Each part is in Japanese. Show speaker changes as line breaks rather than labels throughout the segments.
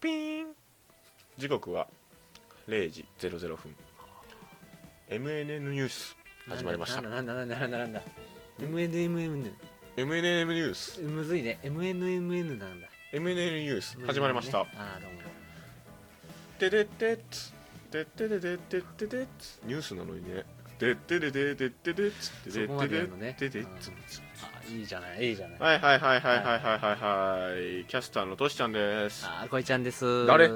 ピーン時刻は0時00分 MNN ニュース始まりました
なんだなんだなんだなんだなんだ MNMN
MNN ニュース
むずいね MNMN なんだ
MNN ニュース始まりました
ねああどうも
てでてつてってでててててつニュースなのにねてってでててててつて
そこ
て
までや
て
るのね
ててつ
あいいじゃないいいじゃない
はいはいはいはいはいはいはいはいキャスターのとしちゃんです
あこいちゃんです
誰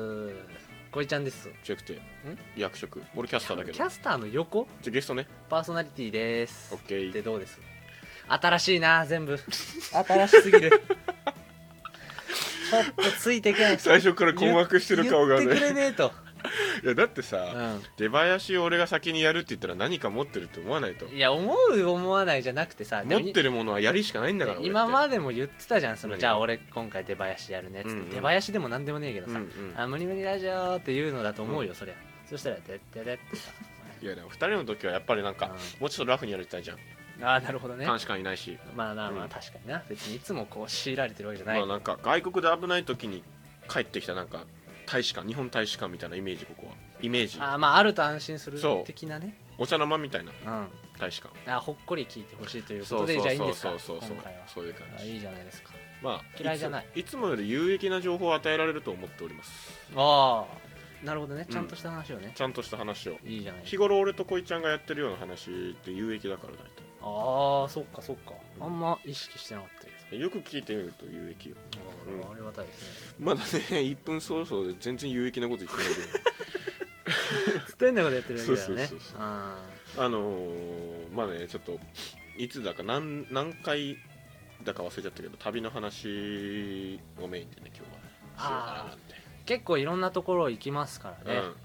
こいちゃんです
チェクテ役職俺キャスターだけど
キャスターの横
じゃゲストね
パーソナリティです
オッケー
でどうです新しいな 全部新しすぎるちょっとついてけない
最初から困惑してる顔が
言ってくれ
ね
ねえと、
いやだって
う
さ
ん
出囃子を俺が先にやるって言ったら何か持ってるって思わないと
いや思う思わないじゃなくてさで
持
も
ってるものはやりしかないんだから俺って
今までも言ってたじゃんその
何
じゃあ俺今回出囃子やるねっつっ
う
て、
んうん
出囃子でも何でもねえけど
うん
さ
う
「
ん
あ無理無理ラジオ」って言うのだと思うよ、そりゃそしたら「てってれ」ってさ
いやでも2人の時はやっぱりなんか
うん
もうちょっとラフにやりたいじゃん
ああなるほどね
監視官いないし
まあまあま
う
あ
ん
確かにな別にいつもこう強いられてるわけじゃない、
まあなんか外国で危ない時に帰ってきたなんか大使館日本大使館みたいなイメージここはイメージ
あーまああると安心する
そう
的なね
お茶の間みたいな
うんあ
大使館
ーほっこり聞いてほしいというこ
そ
と
うそ
で
う
じゃあいいん
そ
で
う
すか
そうそ
今
うそう
回は
そういう感
あ
じ
いいじゃないですか
まあ
嫌いじゃない
いつもいつもより有益な情報を与えられると思っております
ああなるほどね
うん
ちゃんとした話をね、
ちゃんとした話を
いいじゃない
日頃俺とこいちゃんがやってるような話って有益だから大
ああそっかそっか
うん
あんま意識してなかったけど
体よく聞いてみると有益よ
あーありがたいですね
まだね1分 そろそろで全然有益なこと言ってないけど
つってんなことやってるわけだよね
そうそうそうそう
あ
あのー、まあねちょっといつだか何何回だか忘れちゃったけど旅の話をメインでね今日はしようかななんて
ー結構いろんなところ行きますからね、
うん、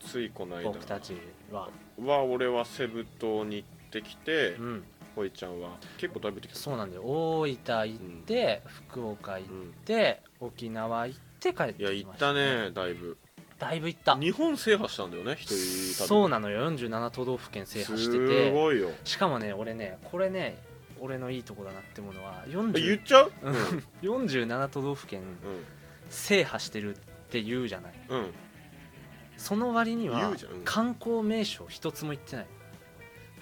ついこの間
僕たちは
は俺はセブ島に行ってきて
うん
ほいちゃんは結構だいぶ行ってきた
そうなんだよ大分行って、福岡行っ
うん
て沖縄行って帰って
いや
き
行
ま
っ
した
たねだいぶ
だいぶ行った
日本制覇したんだよね一人旅
そうなのよ47都道府県制覇して
す
て
ごいよ
しかもね俺ねこれね俺のいいとこだなってものは
え言
40
っちゃう
うん47都道府県制覇してるって言うじゃない
うんうん
その割に
言
は
うじゃんうん
観光名所一つも行ってない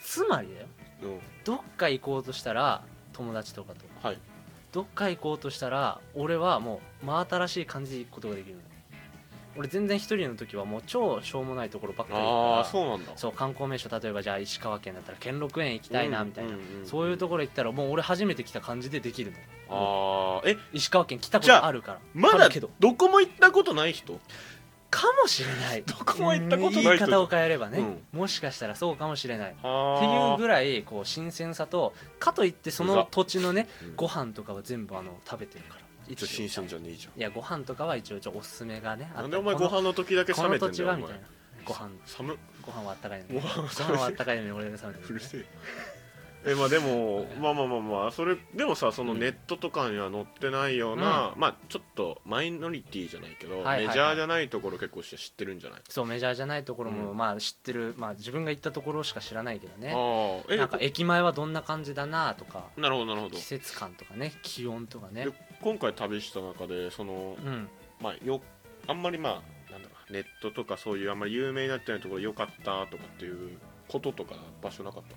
つまりだよ
うん
どっか行こうとしたら友達とかと
はい
どっか行こうとしたら俺はもう真新しい感じで行くことができるの俺全然一人の時はもう超しょうもないところばっかり行
ああ
くから
そうなんだ
そう観光名所例えばじゃあ石川県だったら兼六園行きたいなみたいな、
うんうんん
そういうところ行ったらもう俺初めて来た感じでできる
あ
の
あえ
石川県来たこ
じゃ
と
あ
あるから
ま
あ
だ
るけど
どこも行ったことない人
かもしれないど
こも行ったことない人じゃん
言い方を変えればね、
う
もしかしたらそうかもしれないってい
は
うぐらいこう新鮮さとかといってそう
ざ
の土地のね
うん
ご飯とかは全部あの食べてるから
いつ新鮮じゃねえじ
いやご飯とかは一応一応おすすめがね
ゃんな
あっ
ん
て
でお前ご飯の時だけ
こ
冷
の
めて
この
ん
土
だ
地
よお
は
前
みたいなご飯
寒っ
ご飯はあったかいの
ご
にご
飯は
飯はあったかいのに俺が冷めて
う
る
るせええまあで もまあまあまあまあそれでもさその
うん
ネットとかには載ってないような、まあちょっとマイノリティじゃないけど、
はいはいはい
メジャーじゃないところ結構知ってるんじゃない、
そうメジャーじゃないところも、
うん
まあ知ってるまあ自分が行ったところしか知らないけど
あ
ね
あえ
なんか駅前はどんな感じだなとか
なるほどなるほど
季節感とかね気温とかね
で今回旅した中でその
うん
まあよあんまりまあなんだろうなネットとかそういうあんまり有名になってないところ良かったとかっていうこととか場所なかった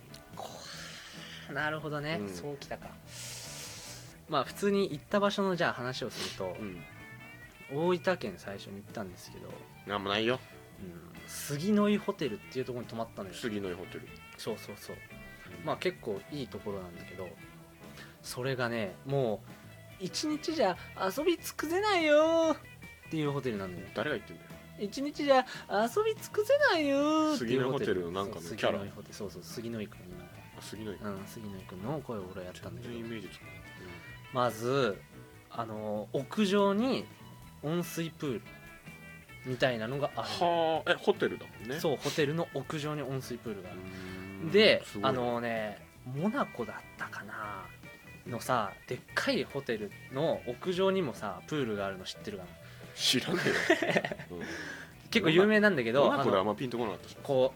なるほどね、
うん
そうきたかまあ普通に行った場所のじゃあ話をすると、
うん
大分県最初に行ったんですけど、
なんもないよ
うん、杉の湯ホテルっていうところに泊まったのよ
杉の井ホテル
そうそうそうまあ結構いいところなんだけどそれがねもう一日じゃ遊び尽くせないよーっていうホテルなんだよ
誰が言ってんだよ
一日じゃ遊び尽くせないよーっていう
杉のホテルのなんかの
そう
キャラ
杉の井ホテルそうそう杉の井君
あ杉の井
の、うん、杉の井君の声を俺はやったんだけ
全
ど
然イメージつかない
まずあの屋上に温水プールみたいなのがある
はあえホテルだもんね
そうホテルの屋上に温水プールがある
う
で、
すごい
あのねモナコだったかなのさでっかいホテルの屋上にもさプールがあるの知ってるかな
知らね えよ
結構有名なんだけ
うん
ど
モナ
あ
コであ
の
んまピンとこなかったし
こ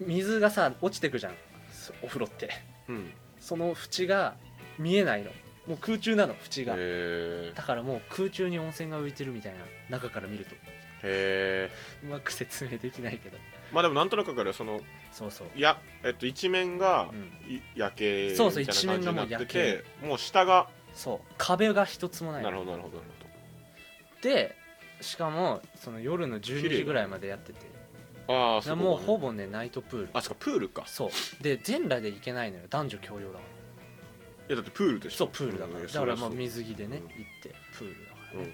う水がさ落ちてくじゃんそお風呂って
うん
その縁が見えないのもう空中なの縁が、
へ
だからもう空中に温泉が浮いてるみたいな中から見ると
えへえ
うまく説明できないけど
まあでもなんとなくわかるよその
そうそう、
いや、えっと、一面が
うん、
い夜景みた
そう
い
そう
な感じになって
一面がもう
てもう下が
そう壁が一つもない
なるほどなるほどなる
でしかもその夜の
綺
12
麗
時
だ
ぐらいまでやってて
ほどああ
だからもうほぼねナイトプール
あそっかプールか
そうで全裸で行けないのよ男女共用だから
いやだってプールでしょ
そうプールだから、
うんいや
だからま
そ
あ
りゃ
水着でね、
うん
行ってプールだから
そうう
ね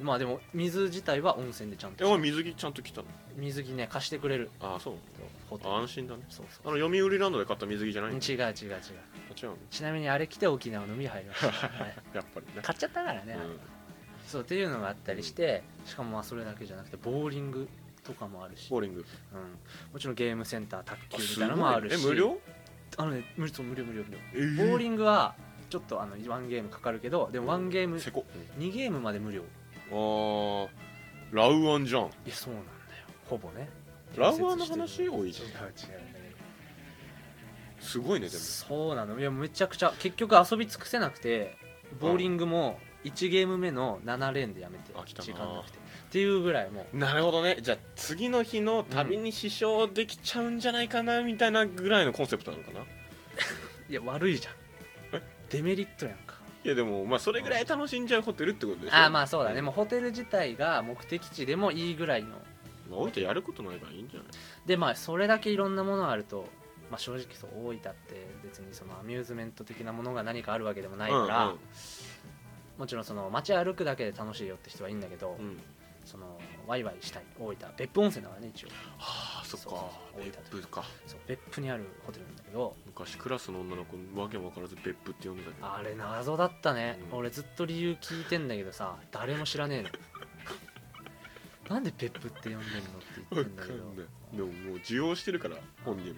ん、
まあでも水自体は温泉でちゃん
えお前
と
水着ちゃんと着たの
水着ね貸してくれる
ああそう
ホテル
あ安心だね
そうそ
あ
う
の読売ランドで買った水着じゃない
うん
の
違う違う違う
違うの
ちなみにあれ着て沖縄の海入り ましたからね
やっぱりね
買っちゃったからね、そうっていうのがあったりしてしかもまあそれだけじゃなくてボーリングとかもあるし、
ボーリング
うん、もちろんゲームセンター卓球みたいなのもあるし
すごいねえ無料
あのね無料そう無料無料無料
えー
ボーリングはちょっとあのワンゲームかかるけどでもワンゲーム
せこ
2ゲームまで無料
ああラウアンじゃん
いやそうなんだよほぼね
ラウアンの
建設し
話
てる
多いじゃん
違う違うね
すごいねでも
そうなのいやめちゃくちゃ結局遊び尽くせなくてボーリングも1ゲーム目の7連でやめて
飽きたな
時間なくてっていうぐらいもう
なるほどねじゃあ次の日の旅に支障できちゃうんじゃないかなみたいなぐらいのコンセプトなのかない
や悪いじゃんデメリットやんか
いやでもまあそれぐらい楽しんじゃうホテルってことでしょ
ああまあそうだね
ん
もうホテル自体が目的地でもいいぐらいの
まあ置いてやることないからいいんじゃない
でまあそれだけいろんなものがあると、まあ、正直そう大分って別にそのアミューズメント的なものが何かあるわけでもないから、
うん
もちろんその街歩くだけで楽しいよって人はいいんだけど、
うんうん
そのワイワイしたい大分別府温泉だからね一応
ああそっ
そう
か
そう
別府か
そう別府にあるホテルなんだけど
昔クラスの女の子わけも分からず別府って呼んでたけど
あれ謎だったね、
うん
俺ずっと理由聞いてんだけどさ誰も知らね えのなんで別府って呼んでんのって言
わ
っ
か
てんだけど
んないでももう需要してるから本人も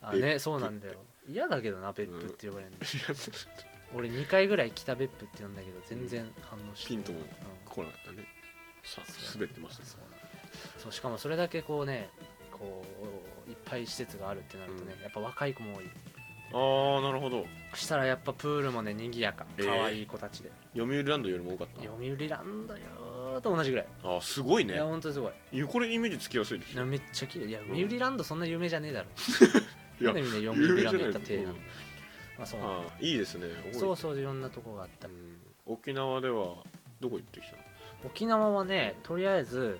あねそうなんだよ嫌だけどな別府って呼ばれるの、俺2回ぐらい北別府って呼んだけど全然反応して
ピンと
う
も
ん
来なかったねさ
そう
滑ってましたね
そうなんだよそうしかもそれだけこうねこういっぱい施設があるってなるとね、やっぱ若い子も多い
ああなるほど
そしたらやっぱプールもね賑やか
えー
可愛い子たちで、
読売ランドよりも多かったな
読売ランドよーと同じぐらい、
あーすごい
いや
ね
ほんとすごい
いやこれイメージつきやすいです
なめっちゃ綺麗いや読売ランドそんな有名じゃねえだろ
い
な
や
んでみんな読
有
売
名
ランド
じゃな
行っ
い
たてなの
うん
まあそうなんだ
あーいいですね覚えて
そうそういろんなとこがあったり
うん沖縄ではどこ行ってきたの
沖縄はねとりあえず
うん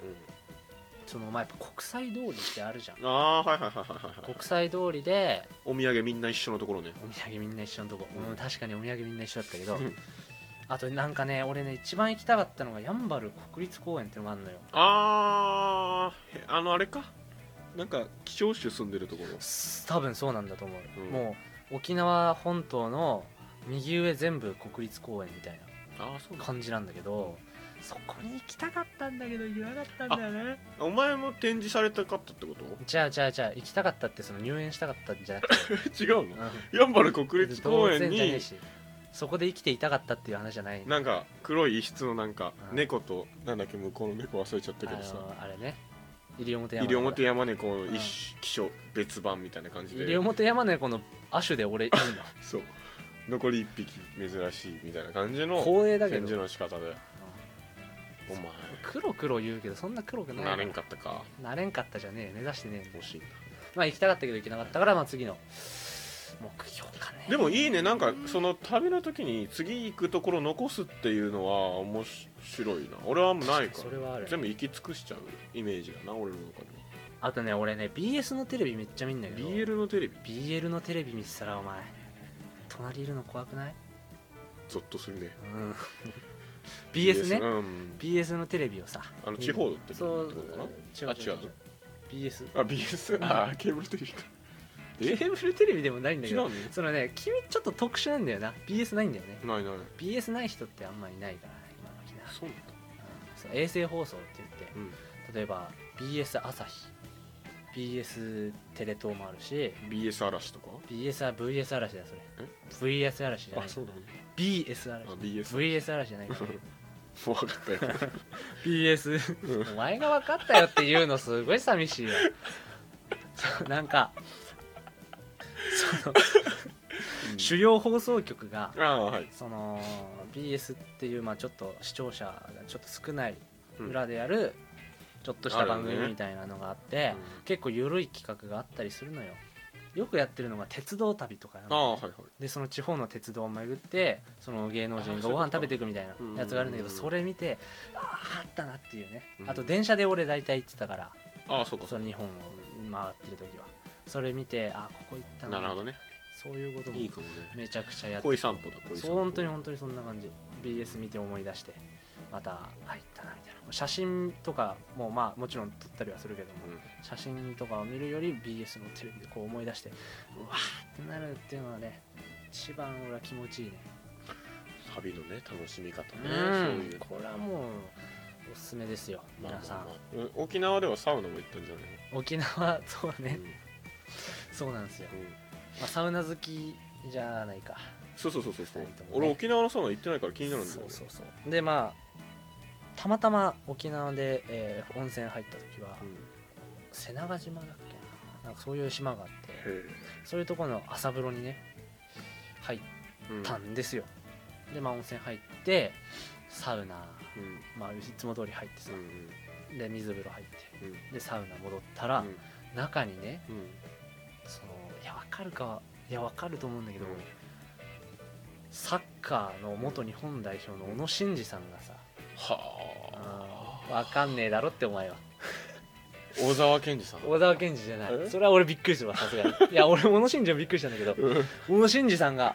そのまあやっぱ国際通りってあるじゃん
ああーはいはいはいはいはい
国際通りで
お土産みんな一緒のところね
お土産みんな一緒のとこ、
うん
うん確かにお土産みんな一緒だったけど
うん
あとなんかね俺ね一番行きたかったのがやんばる国立公園ってのがあるのよ
あああのあれかなんか希少種住んでるところ
す多分そうなんだと思う、
うん
もう沖縄本島の右上全部国立公園みたい
ああそう
な
か
感じなんだけどそこに行きたかったんだけど行けなかったんだよね
お前も展示されたかったってこと
じゃあじゃあじゃあ行きたかったってその入園したかったんじゃなくて
違うのやんばる国立公園
当然じゃねえ
に
しそこで生きていたかったっていう話じゃない
なんか黒い一室のなんか
うん
猫となんだっけ向こうの猫忘れちゃったけどさ
あのあれね西表山
西表山猫の
うん
一気象別版みたいな感じ
西
で
表山猫の亜種で俺いい の
そう残り一匹珍しいみたいな感じの
光栄だ
展
け
示
ど
の仕方でお前
黒黒言うけどそんな黒くない
なれんかったか
なれんかったじゃねえ目指してねえ
惜しいな
まあ行きたかったけど行けなかったからまあ次の目標かね
でもいいねなんかその旅の時に次行くところ残すっていうのは面白いな俺はもうないか
それはあ
ら
る
全部行き尽くしちゃうイメージだな俺の中で
あとね俺ね BS のテレビめっちゃ見んだけど
BL のテレビ
BL のテレビ見てたらお前隣いるの怖くない
ゾッとするね
うん BS ね
うん、
BS のテレビをさ
あの地方ってこ
そう
とかな
違う違う違
あ違う
う BS
あ BS あーケーブルテレビ か
ケーブルテレビでもないんだ
違
け
う
ど
のな
そのね君ちょっと特殊なんだよな BS ないんだよね
いない
BS ない人ってあんまりいないからね今の沖縄
そうなんだ
うんそう衛星放送って言って
うん
例えば BS 朝日 BS テレ東もあるし
BS 嵐とか
BS は VS 嵐だよそれ VS 嵐じゃない
だね
BS
あ
嵐
BS
VS 嵐じ ゃないから
怖かったよ
BS お前が分かったよって言うのすごい寂しいよそうなんかそ の
うん
主要放送局が
ああはい、
その BS っていう、まあ、ちょっと視聴者がちょっと少ない
うん
裏でやるちょっとした番組
あるね
みたいなのがあって結構緩い企画があったりするのよよくやってるのが鉄道旅とかな
あ
の
あはいはい
でその地方の鉄道を巡ってその芸能人がご飯食べていくみたいなやつがあるんだけど
うん
それ見てあああったなっていうね
うん
あと電車で俺大体行ってたから
ああそうか
その日本を回ってる時はそれ見てあここ行った
なるほどね
そういうことも
いいかもね
めちゃくちゃやって
恋散歩だ恋散
そう
歩
本当に本当にそんな感じ BS 見て思い出してまた入ったなみたいな写真とかもまあもちろん撮ったりはするけども、
うん
写真とかを見るより BS のテレビでこう思い出してうわーってなるっていうのはね一番俺は気持ちいいね
旅のね楽しみ方ねそう
う
んいう
これはもうおすすめですよ
まあま
皆
あ
さん、
まあうん沖縄ではサウナも行ったんじゃない
沖縄そうね
の、
そうなんですよ、
うんうん
まあ、サウナ好きじゃないか
そうそうそうそうそう
二人ともね
俺沖縄のサウナ行ってないから気になるんだよ
そう
ね
そうそうでまあたまたま沖縄で、えー温泉入った時は、
うん
瀬長島だっけななんかそういう島があって
へ
そういうところの朝風呂にね入っ
えうん
たんですよ、でまあ温泉入ってサウナ
うん
まあいつも通り入ってさ
う、ん
で水風呂入って
うんうん
でサウナ戻ったら、
うん
中にね
うん
そのいやわかるかいやわかると思うんだけど、
うん
サッカーの元日本代表の小野伸二さんがさ、
はあ
わかんねえだろってお前は
小沢健二さん
小沢健二じゃない
え
それは俺びっくりするわさす がにいや俺小野伸二もびっくりしたんだけど
うん
小野伸二さんが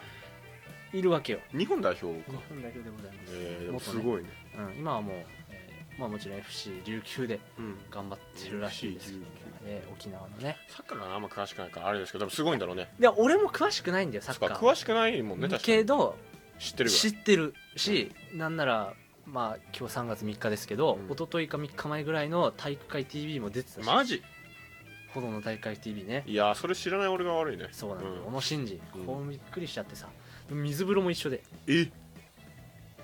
いるわけよ
日本代表
日
か
本代表でございます、
ええでも
元
す
ね
ごいね
うん、今はもう、えーまあ、もちろん FC 琉球で
うん
頑張ってるらしいですけど、ね
FC
えー沖縄のね
サッカーがあんま詳しくないからあれですけどでもすごいんだろうね
で俺も詳しくないんだよサッカ
そ
ー
っか詳しくないもんね確か
け
に
ど
知ってるぐら
知
い
ってるし、なんならまあ今日3月3日ですけど、
うん
一昨日か3日前ぐらいの体育会 TV も出てたし、
マジ
ほどの体育会 TV ね
いやーそれ知らない俺が悪いね
そうなのよ、
ん
小野伸二
うん
こうびっくりしちゃってさ水風呂も一緒で
え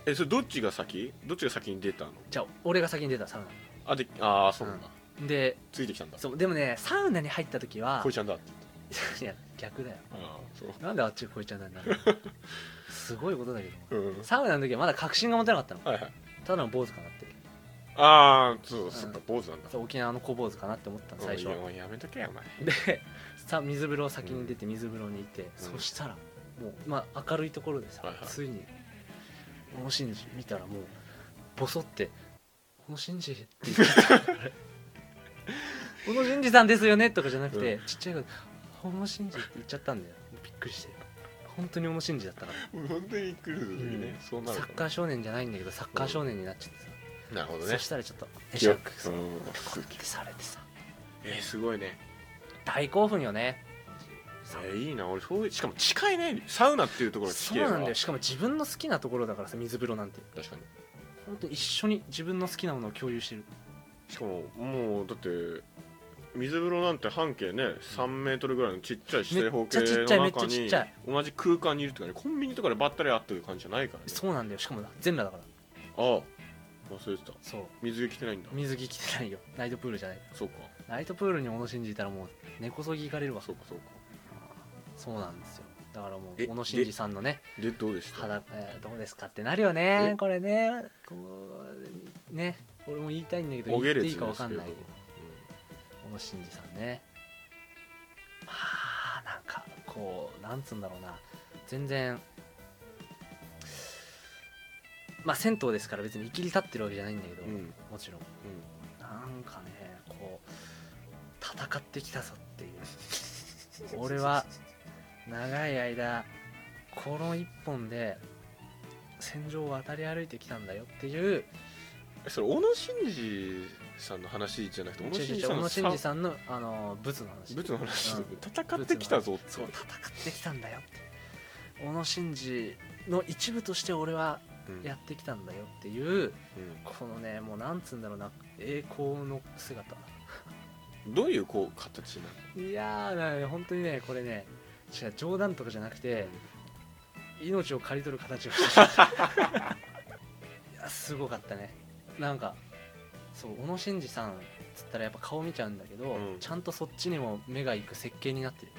えそれどっちが先どっちが先に出たの
じゃあ俺が先に出たサウ
あでああそうなんだ、
ナで
ついてきたんだ
そうでもねサウナに入った時は
こいちゃんだって
いや逆だよ
ああそう
なんであっちがこいちゃんなんだろうすごいことだけど
うん
サウナの時はまだ確信が持てなかったの
はいはい
ただの坊主かなって
ああそう、
ん
そっか坊主なんだ
そう沖縄の小坊主かなって思ったの最初
おいおいやめとけよお前
でさ水風呂を先に出て水風呂に行って、そしたらもう、まあ、明るいところでさ、
はいはい
ついに小野伸二見たらもうボソって「小野伸二」って言っちゃ った小野伸二さんですよね」とかじゃなくて、ちっちゃい声で「小野伸二」って言っちゃったんだよびっくりして本当に小野伸二だったか
もう本当に来る時ね、
うん
そう
ら
なる
サ
か
ッカー少年じゃないんだけどサッカー少年になっちゃってさ、
ーなるほど
そ
ね
したらちょっと会
記憶
釈そう
うん
コッてされてさ
えー、すごいね
大興奮よね
えー、いいな俺そういうしかも近いねサウナっていうところが
そ
近
う
い
なんだよしかも自分の好きなところだからさ水風呂なんて
確かに
本当一緒に自分の好きなものを共有してる
しかももうだって水風呂なんて半径ね3メートルぐらいのちっちゃい正方形
めっちゃちっちゃい
の
めっち
中
ゃちっ
に
ちゃい
同じ空間にいるとかねコンビニとかでばったり会ってる感じじゃないからね
そうなんだよしかも全裸だから
ああ忘れてた
そう
水着着てないんだ
水着着てないよナイトプールじゃない
そうか
ナイトプールに小野伸二いたらもう根こそぎ行かれるわ
そうかそうか
そうなんですよだからもう
え
小野伸二さんのね
でどうでした
肌、えーどうですかってなるよね
え
これねこうね俺も言いたいんだけど
お
言
下
っ
劣
て
で
いい
すけ
か
ど
分かんないけど小野伸二さんねまあなんかこうなんつうんだろうな全然まあ銭湯ですから別に生きり立ってるわけじゃないんだけど、
うんうん
もちろんなんかねこう戦ってきたぞっていう俺は長い間この一本で戦場を渡り歩いてきたんだよっていう
えそれ小野伸二さんの話じゃなくて
違う違う違う小
さ
野伸二さんのあのブツの話
物の話
うん
戦ってきたぞって
そう戦ってきたんだよって小野伸二の一部として俺は
うん
やってきたんだよっていう
うん
このねもうなんつうんだろうな栄光の姿
どういうこう形ない
やーな本当にねこれね違う冗談とかじゃなくて
の
命を刈り取る形をしたい やすごかったねなんかそう小野伸二さんっつったらやっぱ顔見ちゃうんだけど、
うん
ちゃんとそっちにも目が行く設計になってる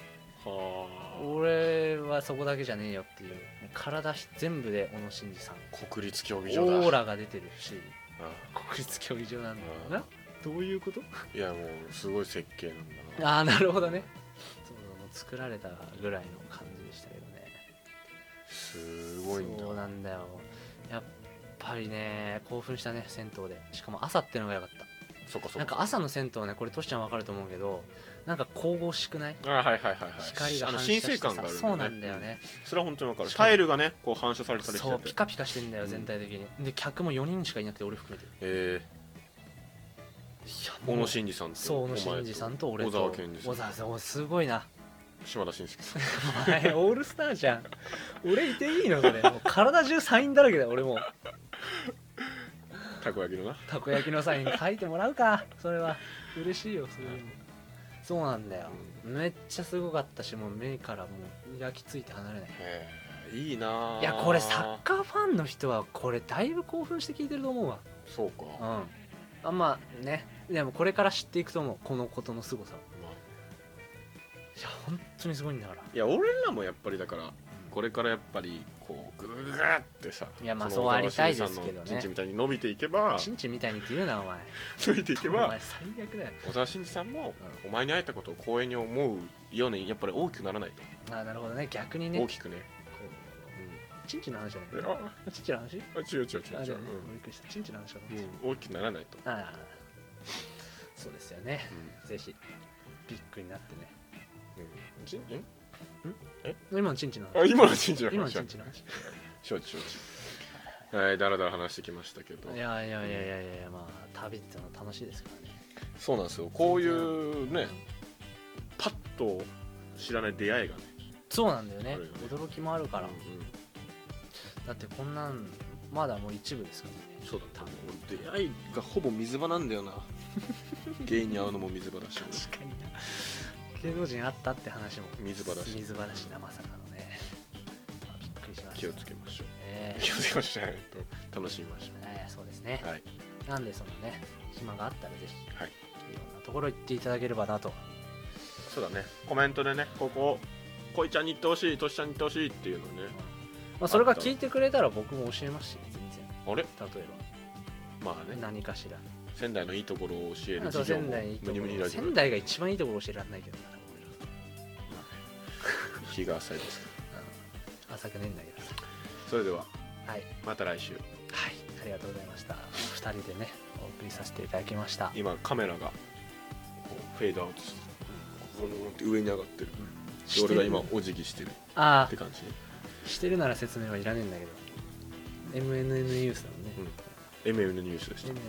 は
俺はそこだけじゃねえよっていう体全部で小野伸二さん
あ国立競
オ
技場だ
ーラが出てるし
あ
国立競技場なんだろう
あ
などういうこと
いやもうすごい設計なんだな
ああなるほどねそうもう作られたぐらいの感じでしたけどね
すごいんだ
そうなんだよやっぱりね興奮したね銭湯でしかも朝ってのが良かった
そっかそっか
なんか朝の銭湯ねこれトシちゃんわかると思うけどなんか神々しくない
あはいはいはいはい
光が
あの
反
神
射して
聖
さ
感がある
そうなんだよね、
それは本当にわかる
しかも
タイルがねこう反射されたりして
そうピ
て
カピカしてんだよ
うん
全体的に、で客も4人しかいなくて俺含めて
えー小野伸二さんと
そう小野伸二さんと俺と
小沢健二さ
小
ん
沢さんおすごいな
島田紳介さん
お前オールスターじゃん俺いていいのそれもう体中サインだらけだよ俺もう
たこ焼きのな
たこ焼きのサイン書いてもらうかそれは嬉しいよそれでもそうなんだよめっちゃすごかったしもう目からもう焼き付いて離れない
へえいいなあ
いやこれサッカーファンの人はこれだいぶ興奮して聞いてると思うわ
そうか
うん
ま
あまあねでもこれから知っていくと思うこのことの凄さを
あ
いや本当にすごいんだから
いや俺らもやっぱりだから
うん
これからやっぱりこうグーグーってさ
いやまあ
こ
そう
の
ありたいですけどね
小沢慎二さんの一日みたいに伸びていけ ば
チンチンみたいにって言うなお前
伸びていけ
お
ば
前最悪だよ
小沢慎二さんもお前に会えたことを光栄に思うようにやっぱり大きくならないと
あなるほどね逆にね
大きくね
こうチンチンの話じゃ
うん
ない
あ
チンチンの話
あ違う違う違
あ
う違
じ
う
ゃあねびっくりしたチンチンの話かと
うん
思っ
うん大きくならないと
たああそうですよね
う
ぜひビッグになってね
んうんちんん
今のチンチンの
あ
話
今のちんちんの
今の
話
チ
は
ンチンの話
承知承知はいだらだら話してきましたけど
いやいやいやいやいやまあ旅ってのは楽しいですからね
そうなんですよこういうねパッと知らない出会いがね
そうなんだよね
これがね
驚きもあるか
う
ら
んうん
だってこんなんまだもう一部ですからね
そうだ多分俺出会いがほぼ水場なんだ よな芸に会うのも水場だし俺
確かにな芸能人あったって話も
水場だし
水話なまさかのねびっくりしました
気をつけましょう
え
気をつけましょうと楽しみましょ
えええそうですね
うはい
なんでそのね暇があったらぜひ
はい
いろんなところ行っていただければなと
そうだねコメントでねこここいちゃんに行ってほしいとしちゃんに行ってほしいっていうのね
まあそれが聞いてくれたら僕も教えますしね全然
あれ
例え
まあ
ば
ね
何かしら
仙台のいいところを教える
あと
授業
仙
も
台いいと
ム
こ
ニムニラ
ろ
ジオ
仙台が一番いいところ教えられないけどな俺ら
日が浅いです
うん浅くねえんだけど
それでは
はい
また来週
はいありがとうございました2人でねお送りさせていただきました
今カメラがこうフェードアウトしてブーンって上に上がってるで俺が今お辞儀してるっ
あ
て感じ
あしてるなら説明はいらねえんだけど MNN ユースだもんね、
うん MN ニュースでした
MNN